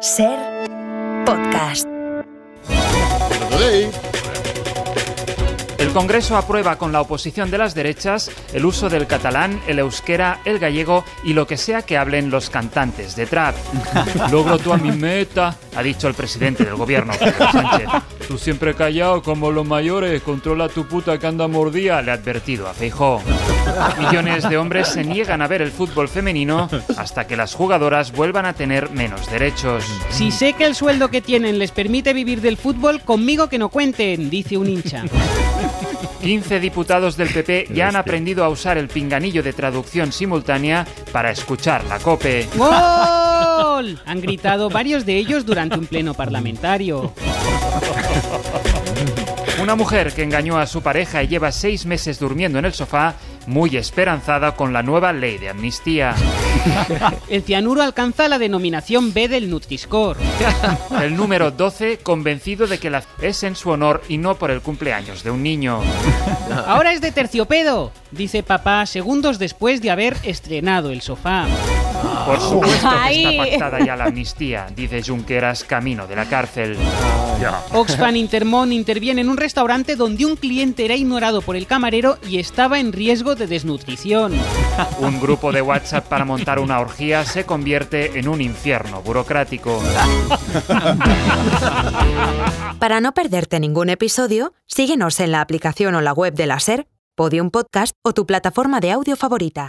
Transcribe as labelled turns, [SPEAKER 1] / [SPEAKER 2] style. [SPEAKER 1] Ser podcast.
[SPEAKER 2] El Congreso aprueba con la oposición de las derechas el uso del catalán, el euskera, el gallego y lo que sea que hablen los cantantes de trap. Logro tú a mi meta, ha dicho el presidente del gobierno, Pedro Sánchez. Tú siempre callado como los mayores, controla tu puta que anda mordida, le ha advertido a Feijóo. Millones de hombres se niegan a ver el fútbol femenino hasta que las jugadoras vuelvan a tener menos derechos.
[SPEAKER 3] Si sé que el sueldo que tienen les permite vivir del fútbol, conmigo que no cuenten, dice un hincha.
[SPEAKER 2] 15 diputados del PP ya han
[SPEAKER 4] Hostia.
[SPEAKER 2] aprendido a usar el pinganillo de traducción simultánea para escuchar la COPE.
[SPEAKER 3] ¡Gol! Han gritado varios de ellos durante un pleno parlamentario.
[SPEAKER 2] Una mujer que engañó a su pareja y lleva seis meses durmiendo en el sofá, muy esperanzada con la nueva ley de amnistía.
[SPEAKER 3] El cianuro alcanza la denominación B del Nutriscore.
[SPEAKER 2] El número 12, convencido de que la es en su honor y no por el cumpleaños de un niño.
[SPEAKER 3] Ahora es de terciopedo, dice papá segundos después de haber estrenado el sofá.
[SPEAKER 2] Por supuesto que
[SPEAKER 1] Ay.
[SPEAKER 2] está pactada ya la amnistía, dice Junqueras camino de la cárcel.
[SPEAKER 3] Oxfam Intermón interviene en un restaurante donde un cliente era ignorado por el camarero y estaba en riesgo de desnutrición.
[SPEAKER 2] Un grupo de WhatsApp para montar una orgía se convierte en un infierno burocrático.
[SPEAKER 1] Para no perderte ningún episodio, síguenos en la aplicación o la web de la Ser, Podium Podcast o tu plataforma de audio favorita.